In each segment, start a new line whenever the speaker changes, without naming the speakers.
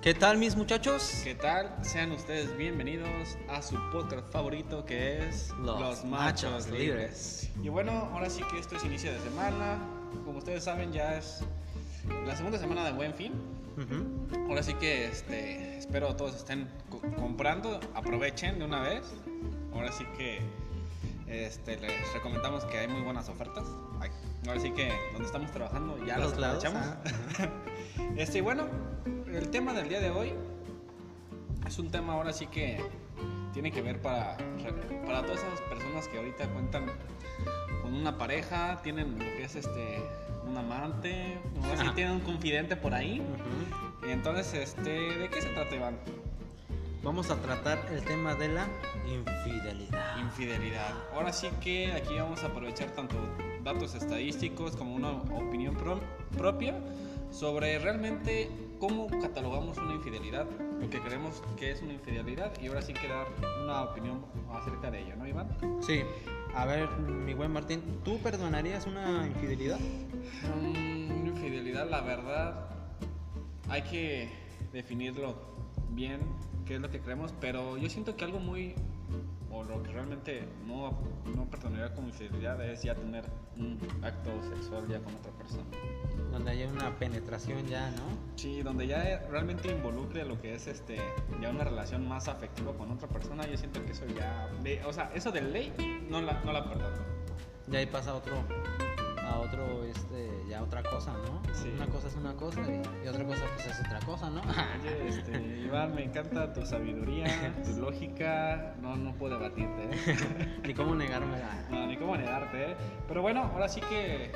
¿Qué tal mis muchachos?
¿Qué tal? Sean ustedes bienvenidos a su podcast favorito que es
Los Machos Libres.
Y bueno, ahora sí que esto es inicio de semana. Como ustedes saben, ya es la segunda semana de Buen Fin.
Ujú.
Ahora sí que este, espero todos estén co- comprando, aprovechen de una vez. Ahora sí que este, les recomendamos que hay muy buenas ofertas. Ay, Ahora sí que donde estamos trabajando ya las
Los lados, ah,
aprovechamos. este, y bueno, el tema del día de hoy es un tema ahora sí que tiene que ver para, para todas esas personas que ahorita cuentan con una pareja, tienen lo que es este, un amante, o así
Ajá.
tienen un confidente por ahí.
Ujú.
Y entonces, este, ¿de qué se trata, Iván?
Vamos a tratar el tema de la infidelidad.
Infidelidad. Ahora sí que aquí vamos a aprovechar tanto datos estadísticos como una opinión pro- propia sobre realmente cómo catalogamos una infidelidad, lo que creemos que es una infidelidad y ahora sí que dar una opinión acerca de ello, ¿no, Iván?
Sí. A ver, mi buen Martín, ¿tú perdonarías una infidelidad?
Mm, infidelidad, la verdad, hay que definirlo bien, qué es lo que creemos, pero yo siento que algo muy, o lo que realmente no, no perdonaría como infidelidad es ya tener un acto sexual ya con otra persona.
Donde haya una penetración ya, ¿no?
Sí, donde ya realmente involucre lo que es este, ya una relación más afectiva con otra persona, yo siento que eso ya, de- o sea, eso de ley no la, no la perdono.
Ya ahí pasa otro a otro este ya otra cosa, ¿no?
Sí.
Una cosa es una cosa y, y otra cosa pues es otra cosa, ¿no?
Oye, este, Iván, me encanta tu sabiduría, tu lógica. No, no puedo debatirte, ¿eh?
Ni cómo negármela.
No, ni cómo negarte, ¿eh? Pero bueno, ahora sí que,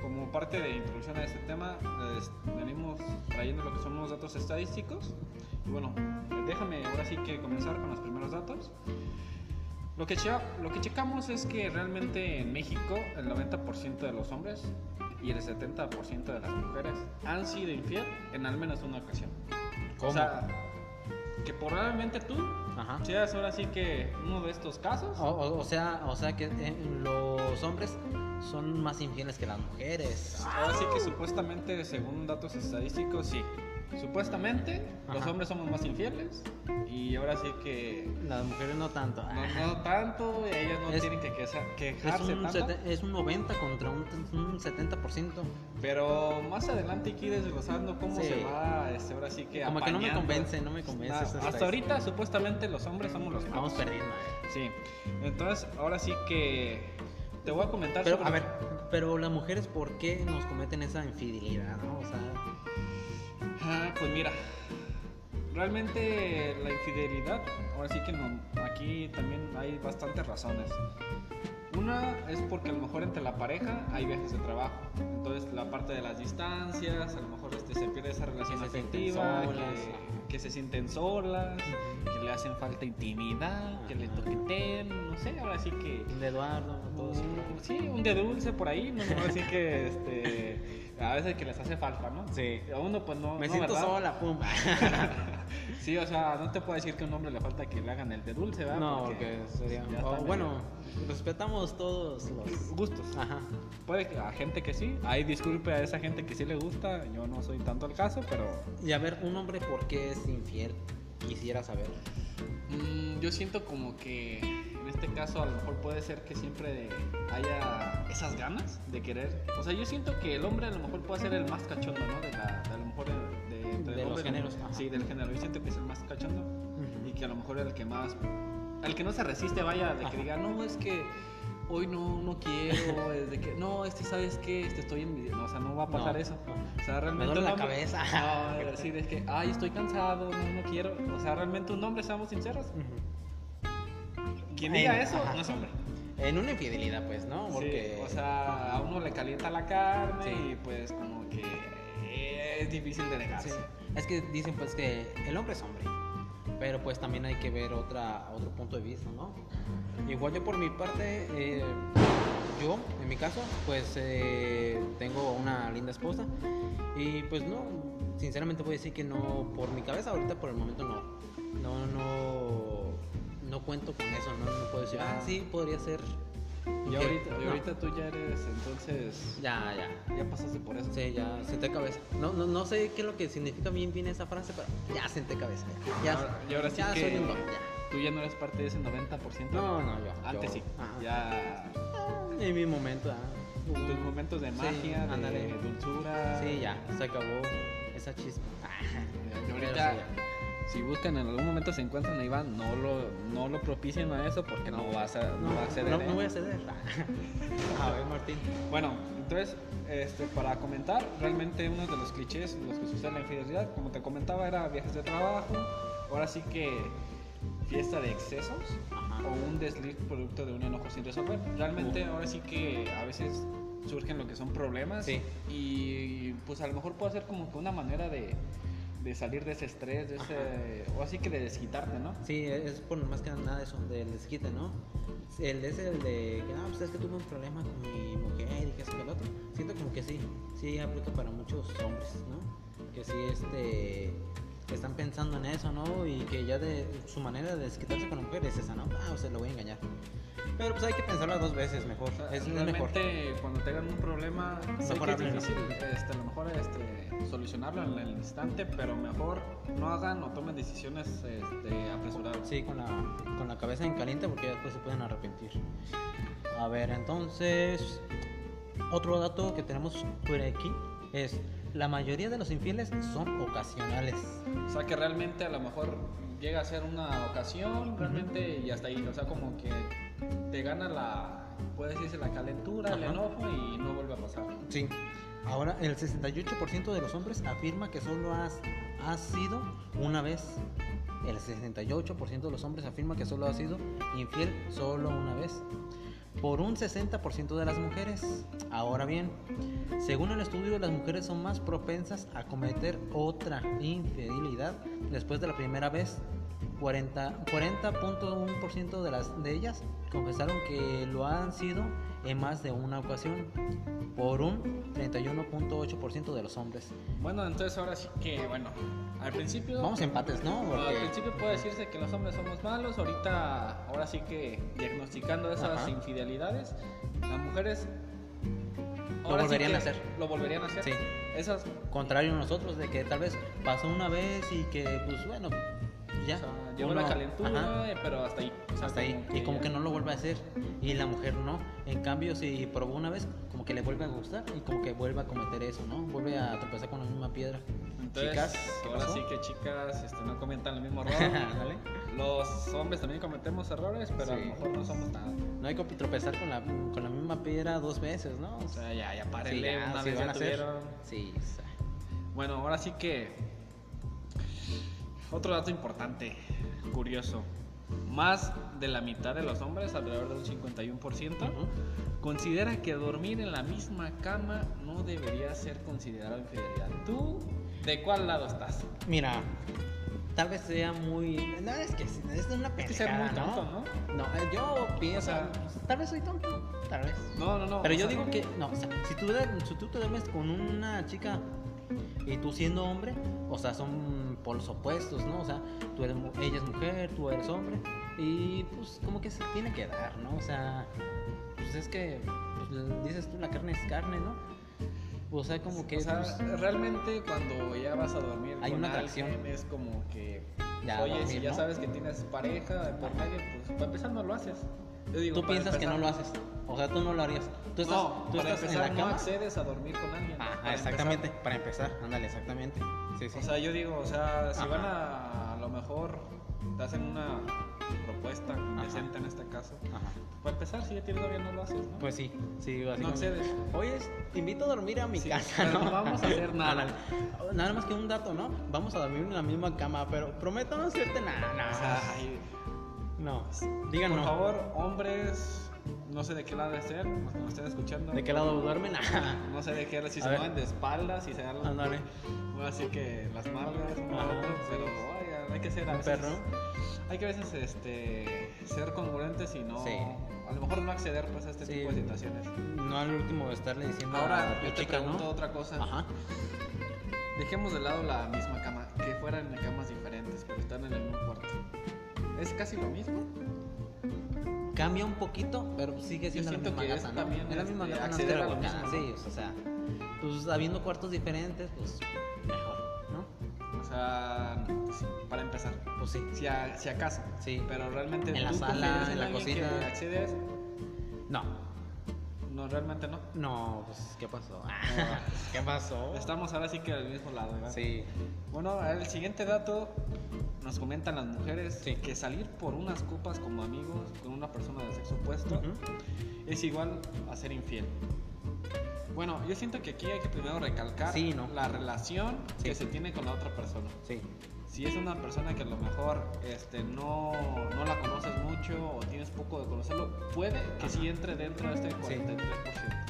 como parte de introducción a este tema, les venimos trayendo lo que son los datos estadísticos. Y bueno, déjame ahora sí que comenzar con los primeros datos. Lo que, chea- lo que checamos es que realmente en México el 90% de los hombres y el 70% de las mujeres han sido infiel en al menos una ocasión. O sea, que probablemente tú
Ajá.
seas ahora sí que uno de estos casos.
O, o- o sea, o sea que eh, los hombres son más infieles que las mujeres.
Ahora sí que supuestamente, según datos estadísticos, sí. Supuestamente los
Ajá.
hombres somos más infieles y ahora sí que
Las mujeres no tanto.
no, ¿eh? no tanto, y ellas no
Ah. Es-
tienen que queja-
Es
quejarse
un,
tanto.
sete- es un 90 contra un, t- un 70%.
Pero más adelante hay que ir desglosando cómo
Sí.
se va, este, ahora sí que
Como que no me
apañando.
convence, no me convence
Nada,
esa
hasta
estadística.
ahorita supuestamente los hombres somos los
Vamos
pocos.
perdiendo. eh.
Sí. Entonces, ahora sí que te voy a comentar
Pero,
sobre-
a ver, pero las mujeres, ¿por qué nos cometen esa infidelidad? no? O sea,
Ah, pues mira, realmente la infidelidad, ahora sí que no, aquí también hay bastantes razones. Una es porque a lo mejor entre la pareja hay viajes de trabajo, entonces la parte de las distancias, a lo mejor este, se pierde esa relación
Que se sienten
afectiva,
solas.
que, que se sienten solas, que le hacen falta intimidad, que le
Ajá.
toqueten, no sé, ahora sí que...
el Eduardo, todo eso.
un- sí, un de dulce por ahí, no, no, así que este, a veces que les hace falta, ¿no?
Sí.
A uno pues no...
Me
no,
siento
¿verdad?
sola, pum.
Sí, o sea, no te puedo decir que a un hombre le falta que le hagan el de dulce, ¿verdad?
no, porque sería.
ya
o
está
bueno, respetamos todos
medio-
los.
Gustos.
Ajá.
Puede que a gente que sí. Ahí disculpe a esa gente que sí le gusta. Yo no soy tanto el caso, pero.
Y a ver, un hombre, ¿por qué es infiel? Quisiera saber.
mm, yo siento como que en este caso a lo mejor puede ser que siempre haya esas ganas de querer. O sea, yo siento que el hombre a lo mejor puede ser el más cachondo, ¿no? De, la, de a lo mejor el- de, entre
De
el
los
hombre y la
géneros,
mujer.
ajá.
Sí, del género. Yo siento que es el más cachondo. y que a lo mejor el que más el que no se resiste vaya de que
Ajá.
diga no es que hoy no no quiero es de que no este sabes que este estoy envidioso o sea no va a pasar
No,
eso
no.
o sea realmente
Me duele
un
la
hombre-
cabeza.
no, es decir es que ay estoy cansado no no quiero o sea realmente un hombre seamos sinceros quien diga
Bueno,
eso
ajá.
no es hombre
En una infidelidad, pues, ¿no?
Sí,
Porque.
o sea a uno le calienta la carne
Sí.
y pues como que eh, es difícil de negarse
sí. Es que dicen, pues, que el hombre es hombre. Pero, pues, también hay que ver otra, otro punto de vista, ¿no? Igual yo, por mi parte, eh, yo, en mi caso, pues, eh, tengo una linda esposa. Y, pues, no, sinceramente voy a decir que no, por mi cabeza, ahorita por el momento no. No, no, no cuento con eso, ¿no? No puedo decir, ah, sí, podría ser.
Y
¿Qué?
ahorita, y
No.
ahorita tú ya eres, entonces,
Ya, ya.
ya pasaste por eso.
Sí, ya senté cabeza. No, no, no sé qué es lo que significa bien bien esa frase, pero ya senté cabeza. Ya, ya,
Ahora- y ahora sí
ya
que-
soy un don, ya.
Tú ya no eres parte de ese 90%.
No, no, yo.
Antes
yo-
sí.
ajá.
Ya.
En mi momento, ah.
Tus momentos de
Sí,
magia, de
ándale.
dulzura. Eh,
Sí, ya, se acabó esa chispa.
Y
Pero
ahorita,
sí, ya.
si buscan en algún momento se encuentran a Iván, no lo, no lo propicien a eso porque no, vas a, no, va a acceder.
No,
¿eh?
no voy a ceder. A ver, Martín.
Bueno, entonces, este, para comentar, realmente uno de los clichés, los que suceden en la infidelidad, como te comentaba, era viajes de trabajo, ahora sí que fiesta de excesos
Ajá.
o un desliz producto de un enojo sin resolver. Realmente
Ujú.
ahora sí que a veces surgen lo que son problemas
Sí.
y pues a lo mejor puede ser como que una manera de, de salir de ese estrés, de ese, o así que de desquitarte, ¿no?
Sí, es por más que nada eso, del desquite, ¿no? El es el de que, ah, pues es que tuve un problema con mi mujer y que eso que el otro. Siento como que sí, sí aplica para muchos hombres, ¿no? Que sí, este, están pensando en eso, ¿no? Y que ya de su manera de desquitarse con la mujer es esa, ¿no? Ah, o sea, lo voy a engañar. Pero pues hay que pensarlo dos veces mejor,
O sea,
es, es mejor.
realmente cuando tengan un problema
Mejor
sé que es
hablen, ¿no?
difícil este, a lo mejor este, solucionarlo en el instante pero mejor no hagan o tomen decisiones este, apresuradas
Sí, con la, con la cabeza en caliente porque ya después se pueden arrepentir. A ver, entonces, otro dato que tenemos por aquí es, la mayoría de los infieles son ocasionales.
o sea que realmente a lo mejor llega a ser una ocasión realmente y hasta ahí o sea como que te gana la puede decirse la calentura el
Ajá.
enojo y no vuelve a pasar
Sí. Ahora, el 68% de los hombres afirma que solo has, ha sido una vez. El 68% de los hombres afirma que solo ha sido infiel solo una vez. Por un 60% de las mujeres. Ahora bien, según el estudio, las mujeres son más propensas a cometer otra infidelidad después de la primera vez. 40 40.1% de las de ellas confesaron que lo han sido en más de una ocasión por un 31.8% de los hombres.
bueno entonces ahora sí que bueno al principio
Vamos a empates, ¿no?
Bueno, al
Porque-
principio puede decirse que los hombres somos malos, ahorita, ahora sí que diagnosticando esas
Ajá.
infidelidades, las mujeres
Lo
ahora sí
volverían
que
a hacer.
Lo volverían a hacer.
Sí.
Esas,
Contrario a nosotros, de que tal vez pasó una vez y que, pues bueno, ya.
o sea, llegó
uno-
la calentura,
ajá,
eh, pero hasta ahí. o sea,
hasta ahí. Y como que no lo vuelve a hacer. Y la mujer no. En cambio, si probó una vez, como que le vuelve a gustar y como que vuelve a cometer eso, ¿no? Vuelve a tropezar con la misma piedra.
Entonces,
Chicas, ¿qué
ahora
pasó?
sí que chicas este, no comentan el mismo error.
Ándale.
los hombres también cometemos errores, pero a lo
Sí.
mejor no somos tan...
No hay que tropezar con la, con la misma piedra dos veces, ¿no?
O sea, ya, ya
sí,
párenle,
ya,
una
si
vez
van a
ya
hacer-
tuvieron.
Sí, sa-
Bueno, ahora sí que. Otro dato importante, curioso. Más de la mitad de los hombres, alrededor de un 51%,
Ujú.
considera que dormir en la misma cama no debería ser considerado infidelidad. ¿Tú de cuál lado estás?
Mira, tal vez sea muy. No, es que es es una
Es que ser
pendejada,
muy tonto, ¿no?
No, eh, yo pienso.
sea-
tal vez soy tonto, tal vez.
No, no, no.
Pero
o
yo
sea,
digo que, no, o sea, si tú, de- si tú te duermes con una chica y tú siendo hombre, o sea, son polos opuestos, ¿no? O sea, tú eres, mu- ella es mujer, tú eres hombre, y pues como que se tiene que dar, ¿no? O sea, pues es que, pues, dices tú, la carne es carne, ¿no? O sea, como que...
o sea,
pues,
realmente cuando ya vas a dormir
Hay
con
una atracción.
alguien es como que
Ya,
oye, si
dormir,
ya
¿no?
sabes que tienes pareja de por medio, pues para empezar no lo haces. Yo digo,
Tú
para
piensas que no
empezar,
lo haces. O sea, tú no lo harías. Tú estás,
no,
tú
para
estás en
empezar,
la cama.
no accedes a dormir con alguien.
Ajá,
para
exactamente. Para empezar, ándale, exactamente. Sí, sí.
empezar. O sea, yo digo, o sea, si
Ajá.
van a a lo mejor te hacen una propuesta decente en este caso,
Ajá.
para empezar, si ya tienes novia no lo haces, ¿no?
Pues sí, sí, así
No
como-
accedes.
Oye, es- te invito a dormir a mi
Sí,
casa,
pero
¿no?
no vamos a hacer nada.
Ándale. Nada más que un dato, ¿no? Vamos a dormir en la misma cama, pero prometo no hacerte nada. No,
O sea, ay,
no. Digan
por
no.
favor, hombres, no sé de qué lado estén, los que me estén escuchando.
¿De qué lado duermen? Ajá.
No sé de qué, si
A
se
ver. Ah,
mueven de espaldas, si se dan
Ándale.
Bueno, así que las malgas, uno al
Ajá,
otro,
sí.
pero oigan, hay que ser a
Ah, Un
veces,
perro.
Hay que a veces este, ser congruentes y no.
Sí.
A lo mejor no acceder pues, a este
Sí.
tipo de situaciones.
No al último estarle diciendo
Ahora,
a
yo
tu
te
chica,
pregunto
¿no?
otra cosa.
Ajá.
Dejemos de lado la misma cama, que fueran en camas diferentes, pero están en el mismo cuarto. ¿Es casi lo mismo?
Cambia un poquito, pero sigue siendo la
siento
misma
que
gasa,
es
¿no?
también,
Es la misma
este,
gasa, no
acceder
te
a lo
revolcan,
mismo,
Sí, o sea, pues habiendo cuartos diferentes, pues mejor, ¿no?
O sea, sí, para empezar,
Pues sí.
si, a, si acaso.
Sí.
Pero realmente.
En la
¿tú
sala,
confías
en la
alguien que
cocina.
accedes?
No,
No, realmente no.
no, pues ¿qué pasó?
Ah.
¿Qué pasó?
Estamos ahora sí que al mismo lado, ¿verdad?
Sí.
Bueno, el siguiente dato nos comentan las mujeres
Sí.
que salir por unas copas como amigos con una persona del sexo opuesto
Ujú.
es igual a ser infiel. Bueno, yo siento que aquí hay que primero recalcar
Sí, ¿no?
la relación
Sí.
que se tiene con la otra persona.
Sí.
Si es una persona que a lo mejor este, no, no la conoces mucho o tienes poco de conocerlo, puede que
Ajá.
sí entre dentro de este 43%.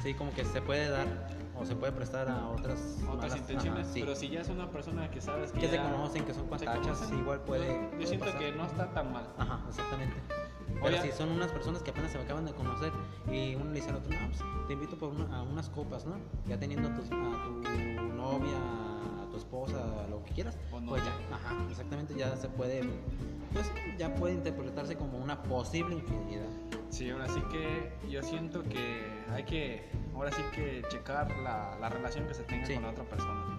Sí, como que se puede dar o se puede prestar a otras
Otras
malas-
intenciones,
ajá, sí.
pero si ya es una persona que sabes que,
que se
ya-
conocen, que son
se
cuatachas,
conocen,
igual puede.
yo- Yo
puede
siento
pasar.
que no está tan mal.
Ajá, exactamente. Pero
Oye.
si son unas personas que apenas se acaban de conocer y uno le dice al otro, no, pues, te invito por una- a unas copas, ¿no? Ya teniendo a tu, a tu novia, a tu esposa, a lo que quieras,
O no.
pues ya, ajá, exactamente, ya se puede, pues ya puede interpretarse como una posible infidelidad.
Sí, ahora sí que yo siento que hay que, ahora sí que checar la, la relación que se tenga
Sí.
con la otra persona.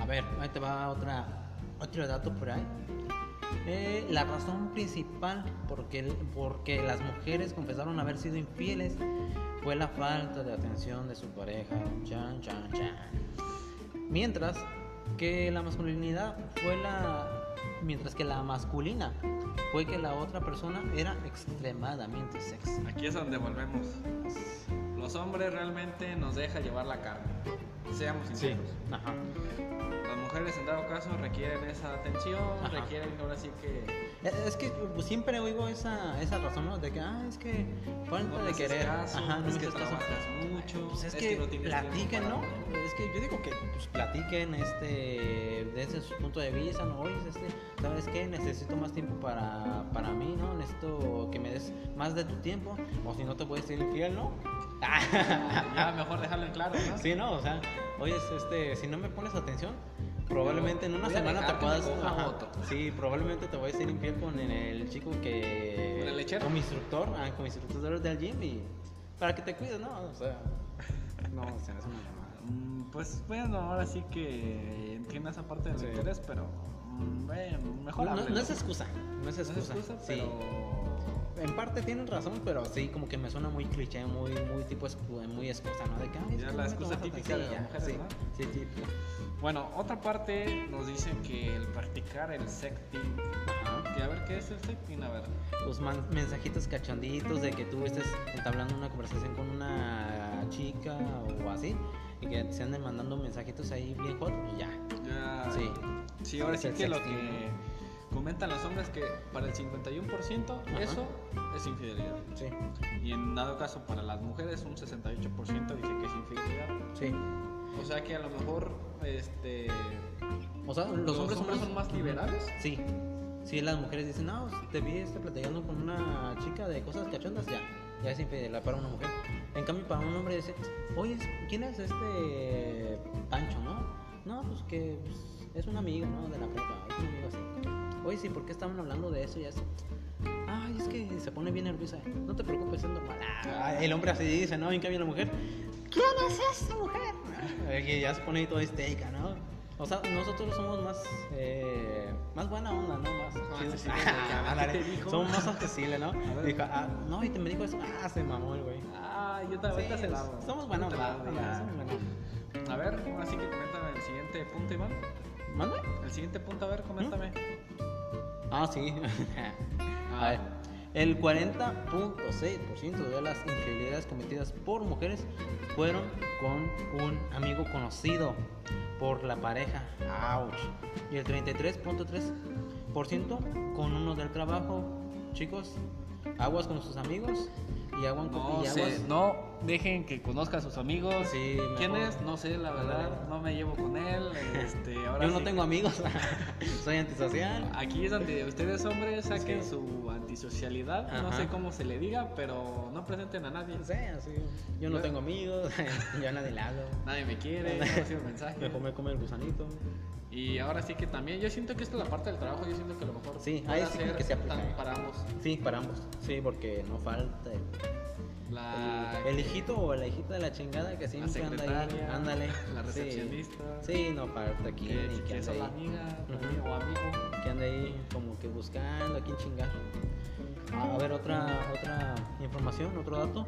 A ver, ahí te va otra, otro dato por ahí. Eh, la razón principal por que porque las mujeres confesaron haber sido infieles fue la falta de atención de su pareja. Chan, chan, chan. Mientras que la masculinidad fue la... Mientras que la masculina fue que la otra persona era extremadamente sexy.
Aquí es donde volvemos. Los hombres realmente nos deja llevar la carne. Seamos sinceros.
Ajá.
Las mujeres en dado caso requieren esa atención,
Ajá.
requieren ahora sí que
Es es que pues, siempre oigo esa, esa razón, ¿no? De que, ah, es que falta
no me
de
haces
querer.
caso,
no
es
me
que
haces caso.
trabajas mucho,
Pues es,
es
que,
que no tienes tiempo
platiquen,
para
¿no?
mí.
Es que yo digo que pues, platiquen este, desde su punto de vista, ¿no? Oye, este, ¿sabes qué? Necesito más tiempo para, para mí, ¿no? Necesito que me des más de tu tiempo, o si no te puedes ir infiel, ¿no? Ah,
ya mejor dejarlo en claro, ¿no?
sí, ¿no? O sea, oye, es- este, si no me pones atención, probablemente en una
Voy a
semana te
dejar que me
puedas...
coja
ajá,
otro.
Sí, probablemente te voy a ser infiel con el chico que...
¿Con el lechero?
Con mi instructor, ah, con mi instructor del gym y... Para que te cuides, ¿no? O sea... No, o sea, es una mamada.
Mm, Pues bueno, ahora sí que entiendo esa parte de los
Sí.
interés, pero mm, bueno, mejor
No,
háblenlo.
no es excusa, no es
No es
excusa.
excusa,
sí.
pero
En parte tienen razón, pero sí, como que me suena muy cliché, muy, muy tipo, excu- muy excusa, ¿no? De que, ay, es que
Ya la
no me
excusa
tomas
típica de
atención,
las
ya,
mujeres,
sí, Sí, típica.
bueno, otra parte nos dicen que el practicar el sexting,
Ajá.
que a ver qué es el sexting, a ver.
Los pues, man- mensajitos cachonditos de que tú estés entablando una conversación con una chica o así, y que te anden mandando mensajitos ahí bien hot, y ya.
Ya
Sí.
Sí, ahora sí
Es el
que lo
sexting,
que comentan los hombres que para el 51%
Ajá.
eso es infidelidad.
Sí,
Y en dado caso para las mujeres un 68% dice que es infidelidad.
sí.
O sea que a lo mejor este
O sea, los, hombres,
hombres son más liberales.
Sí. Sí, las mujeres dicen, no, te vi este, platicando con una chica de cosas cachondas, ya. Ya es infidelidad para una mujer. En cambio, para un hombre dice, oye, ¿quién es este Pancho, no? No, pues que pues, es un amigo, ¿no? De la prepa, es un amigo así. Oye, sí, ¿por qué estaban hablando de eso y eso? Ay, es que se pone bien nerviosa. No te preocupes, es normal. Ah, el hombre así dice, ¿no? En cambio, la mujer, ¿quién es esa mujer? Eh, Que ya se pone ahí toda histérica, ¿no? O sea, nosotros somos más, eh, más buena onda, ¿no? Más chidos.
accesibles, güey. A ver,
Ándale.
¿qué te dijo?
Somos más accesibles, ¿no?
ver.
Dijo, ah, no, y te me dijo eso. Ah, se mamó el güey.
Ah, yo también
Sí, pues, somos buena onda. ándale, somos buena onda.
A ver, ahora sí que coméntame el siguiente punto, Iván.
¿Mande?
El siguiente punto, a ver, coméntame.
¿Mm? Ah, sí. A ver, el 40.6% de las infidelidades cometidas por mujeres fueron con un amigo conocido por la pareja. Ouch. Y el 33.3% con uno del trabajo. Chicos, aguas con sus amigos y agua
No,
y aguas.
sé, no dejen que conozca a sus amigos.
Sí,
¿Quién
mejor.
es? No sé, la verdad, no me llevo con él. Este, ahora
Yo no
sí. Ah.
tengo amigos, soy antisocial.
Aquí es donde ustedes hombres saquen
Sí.
su antisocialidad, no
Ajá.
sé cómo se le diga, pero no presenten a nadie.
No sé, así, Yo no
Yo-
tengo amigos, yo a nadie le hablo.
Nadie me quiere, no recibo mensajes.
Mejor me come el gusanito.
Y ahora sí que también, yo siento que esta es la parte del trabajo, yo siento que a lo mejor
Sí,
puede
ahí sí
ser
que se aplica.
tan- para ambos.
Sí, para ambos. Sí, porque no falta el,
La,
el hijito o la hijita de la chingada que
Ah, la
siempre anda ahí.
secretaria,
Ándale.
la
Sí.
recepcionista,
Sí, no falta aquí.
que,
ni
que
que
es
anda
la
ahí.
amiga
Ujú.
también, o amigo.
que anda ahí como que buscando a quién chingar. A a ver, otra, otra información, otro dato.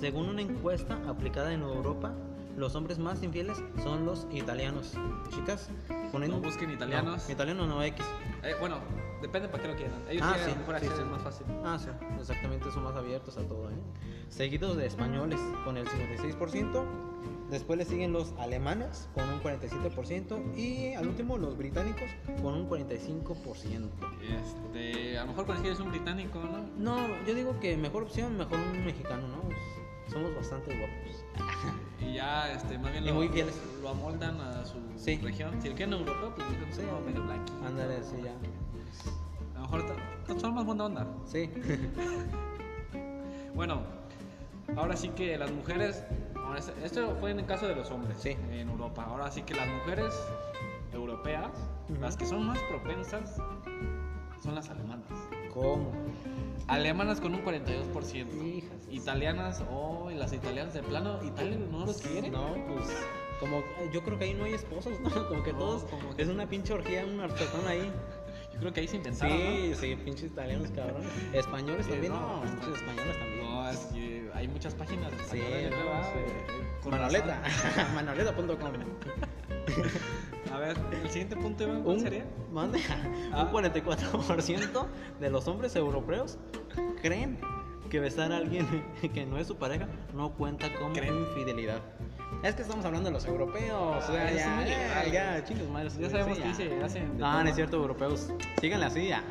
Según una encuesta aplicada en Europa, los hombres más infieles son los italianos. Chicas, poniendo...
No busquen italianos.
No, italiano no, X.
Eh, bueno, depende para qué lo quieran. Ellos
Ah,
sí, a lo
sí,
mejor
sí,
acceden
sí.
más fácil.
Ah, sí, exactamente, son más abiertos a todo, ¿eh? Seguidos de españoles con el 56%, después le siguen los alemanes con un 47% y al último los británicos con un 45%.
Este, a lo mejor cuando eres un británico, ¿no?
No, yo digo que mejor opción, mejor un mexicano, ¿no? Somos bastante guapos.
Y ya, este, más bien
Y
lo,
muy fieles.
lo amoldan a su
Sí.
región. Si el que en Europa, pues no
Sí,
sé, como medio blanquito.
ándale, sí, ya.
A lo mejor ta- son más buena onda.
Sí,
Bueno, ahora sí que las mujeres, ahora es- esto fue en el caso de los hombres
Sí.
en Europa, ahora sí que las mujeres europeas,
Ujú.
las que son más propensas, son las alemanas.
¿cómo?
Alemanas con un 42%,
Hijas.
italianas, oh, y las italianas de plano, Italia no los quiere.
No, pues, como, yo creo que ahí no hay esposos, ¿no? Como que
No,
todos,
como que-
es una pinche orgía, un artesón ahí.
Yo creo que ahí se inventaron.
Sí, sí, pinches italianos, cabrones. Españoles
Sí,
también,
Eh, no, Oh,
no,
está-
pinches españoles
¿no?
también.
No, es que hay muchas páginas de
Sí,
españolas, ya
no,
va,
sí.
eh, con
Manoleta, manoleta.com.
razón. A ver, el siguiente punto, Iván, ¿cuál
Un,
sería?
mande,
Ah.
un 44% de los hombres europeos creen que besar a alguien que no es su pareja no cuenta como
Creen.
infidelidad. Es que estamos hablando de los europeos, o
Ah,
sea,
es muy
ya,
legal.
ya, ya, chingas madres.
Ya sabemos qué se hacen. de
Ah, No,
todo.
no es cierto, europeos. Síganle así, ya.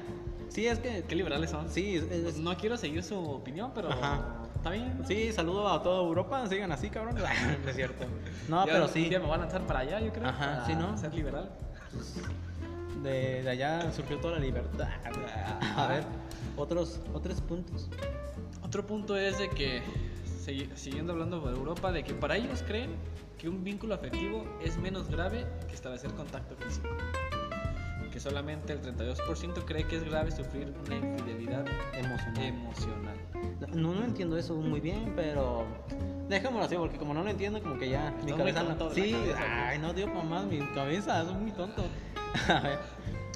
Sí, es que.
Qué liberales son.
Sí, es- es-
Pues no quiero seguir su opinión, pero
Ajá.
está bien.
sí, saludo a toda Europa, sigan así, cabrón. Ah, no es cierto. No,
Ya
pero
algún
sí.
día me voy a lanzar para allá, yo creo.
Ajá,
para
sí, ¿no?
Ser liberal.
De, de allá surgió toda la libertad. A ver, otros, otros puntos.
Otro punto es de que, segui- siguiendo hablando de Europa, de que para ellos creen que un vínculo afectivo es menos grave que establecer contacto físico. Que solamente el 32% cree que es grave sufrir una infidelidad
Emocional.
emocional.
No, no entiendo eso muy bien, pero dejémoslo así, porque como no lo entiendo, como que ya mi
Estás
cabeza
muy
no.
tonto de la
Sí,
cabeza, güey.
ay, no dio para más mi cabeza, es muy tonto. A ver,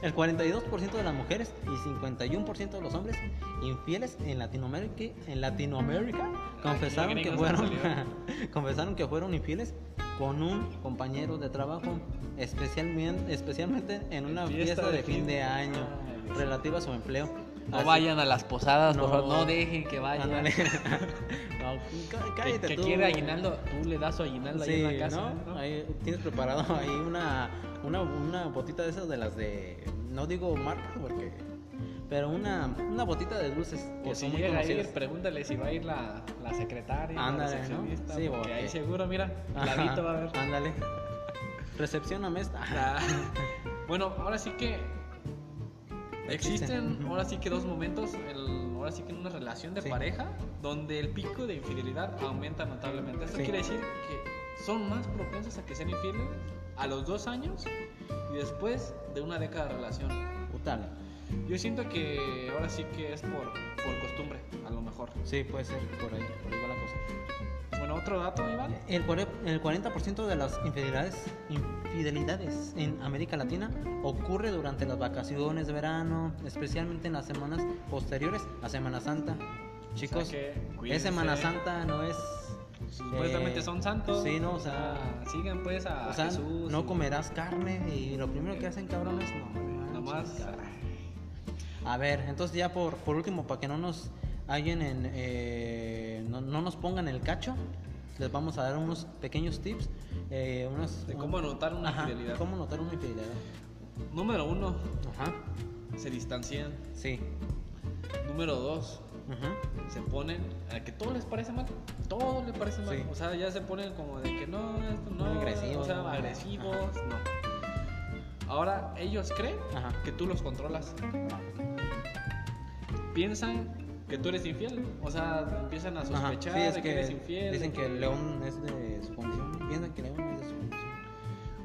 el 42% de las mujeres y 51% de los hombres infieles en Latinoamérica, en Latinoamérica confesaron que
gringos
fueron
me
confesaron que fueron infieles con un compañero de trabajo, especialmente especialmente en una
Fiesta
fiesta,
de
de fin
fin-
de año
Ay, Dios.
relativa a su empleo.
No
Así-
vayan a las posadas,
por
no,
favor,
no
no
dejen que vayan.
Ándale. No, cá-
Que,
cállate tú.
quiere aguinaldo, tú le das su aguinaldo
Sí,
ahí en la casa.
¿no? Ahí tienes preparado ahí una, una, una botita de esas de las de. No digo marca porque. Pero una, una botita de dulces que
O si
son muy
llega a ir,
conocidas.
pregúntale si va a ir la, la secretaria,
Ándale,
la
¿no?
recepcionista,
Sí,
porque
porque-
ahí seguro, mira,
Ajá,
Lavito va a ver.
Ándale. Recepcioname esta.
Ah. bueno, ahora sí que existen,
Existen, ujú.
ahora sí que dos momentos, el- ahora sí que en una relación de
Sí.
pareja, donde el pico de infidelidad aumenta notablemente. Esto
Sí.
quiere decir que son más propensos a que sean infieles a los dos años y después de una década de relación.
Putale.
Yo siento que ahora sí que es por, por costumbre, a lo mejor.
Sí, puede ser por ahí, por ahí va la cosa.
Bueno, otro dato, Iván.
El, cuare- el 40% de las infidelidades, infidelidades en América Latina ocurre durante las vacaciones de verano, especialmente en las semanas posteriores a Semana Santa. Chicos,
O sea que
es
cuídense.
Semana Santa, no es...
Supuestamente
eh,
son santos.
Sí, no, o sea,
Ah, sigan pues a
o sea,
Jesús.
no
y-
comerás carne y lo primero que hacen cabrones, no. manches,
Nomás.
cabrón. A ver, entonces ya por, por último, para que no nos hallen en, eh, no, no nos pongan el cacho, les vamos a dar unos pequeños tips. eh, unos,
De cómo anotar una
Ajá,
infidelidad.
cómo notar una infidelidad.
Número uno,
Ajá,
se distancian.
sí.
Número dos,
Ajá.
se ponen a que todo les parece mal. Todo les parece mal.
Sí.
O sea, ya se ponen como de que no, esto no.
Muy agresivos,
O sea,
¿no?
agresivos, no. Ahora ellos creen
Ajá.
que tú los controlas. piensan que tú eres infiel. O sea, empiezan a
Ajá,
sospechar
sí, es
de que,
que
eres infiel.
Dicen que el león es de su condición. Piensan que el león es de su condición.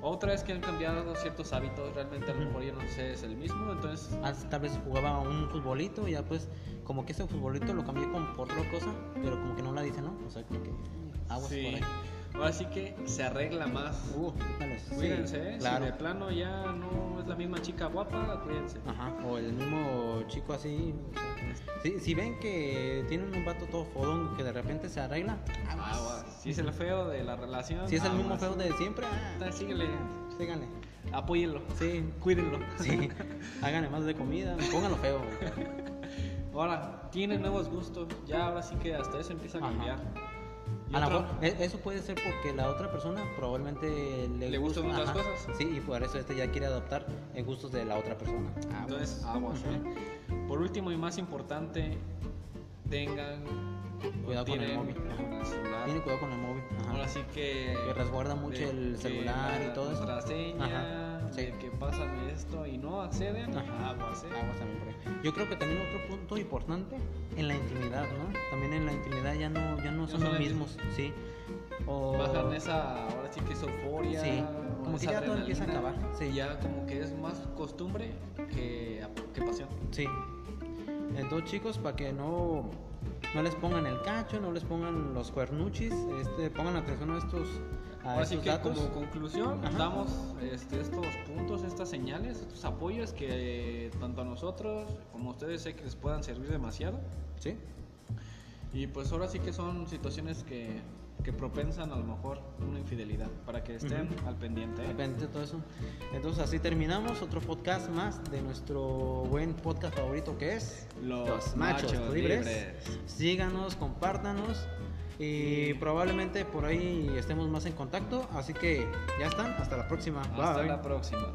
Otra es que han cambiado ciertos hábitos, realmente a lo
Ujú.
mejor ya no sé, es el mismo, entonces...
Antes tal vez jugaba un futbolito y ya pues como que ese futbolito lo cambié con, por otra cosa, pero como que no la dice, ¿no? O sea, como que aguas
sí.
por ahí.
Ahora sí que se arregla más.
Uh, tal vez, sí,
cuídense, eh,
claro.
si de plano ya no es la misma chica guapa, cuídense.
Ajá, o el mismo chico así. o sea, Si, si ven que tienen un vato todo fodón que de repente se arregla, aguas.
Agua. Si Ah, es el feo de la relación...
Si es el mismo
aguas.
feo de siempre, ah,
Entonces, Síguele,
síganle.
apóyenlo,
Sí,
cuídenlo.
sí. Háganle más de comida, pónganlo feo. güey.
Ahora, tiene nuevos gustos, ya ahora sí que hasta eso empieza a
Ajá.
cambiar. Y
A lo
otro-
mejor, e- eso puede ser porque la otra persona probablemente le,
Le gustan
gusta-
otras
ajá,
cosas.
Sí, y por eso este ya quiere adoptar en gustos de la otra persona.
Entonces, aguas,
Ujú.
¿eh? Por último y más importante, tengan o
Cuidado con el
tienen
móvil.
con el celular.
Tiene cuidado con el móvil. ajá.
Ahora sí que.
Que resguarda mucho
de
el
que
celular
la
y todo eso.
Contraseña,
Ajá, sí.
de que pásame esto y no acceden,
Ajá.
aguas, ¿eh?
Aguas también por ahí. Yo creo que también otro punto importante en la intimidad, ¿no? También en la intimidad ya no, ya no son
Ya son
los
la
mismos, sí. O
Bajan esa, ahora sí que esa euforia.
Sí,
o
como que
esa
ya todo empieza a
adrenalina,
acabar, sí.
Ya como que es más costumbre que, que pasión.
sí. Entonces chicos, para que no, no les pongan el cacho, no les pongan los cuernuchis, este, pongan atención a estos, a
Así
estos
que
datos.
como conclusión
Ajá.
damos este, estos puntos, estas señales, estos apoyos que tanto a nosotros como a ustedes sé que les puedan servir demasiado.
Sí.
Y pues ahora sí que son situaciones que, que propensan a lo mejor una infidelidad, para que estén
Ujú.
al pendiente. ¿eh?
De repente todo eso. Entonces así terminamos otro podcast más de nuestro buen podcast favorito que es
Los Machos Libres.
Síganos, compártanos y probablemente por ahí estemos más en contacto. Así que ya están, hasta la próxima.
Hasta
Bye.
la próxima.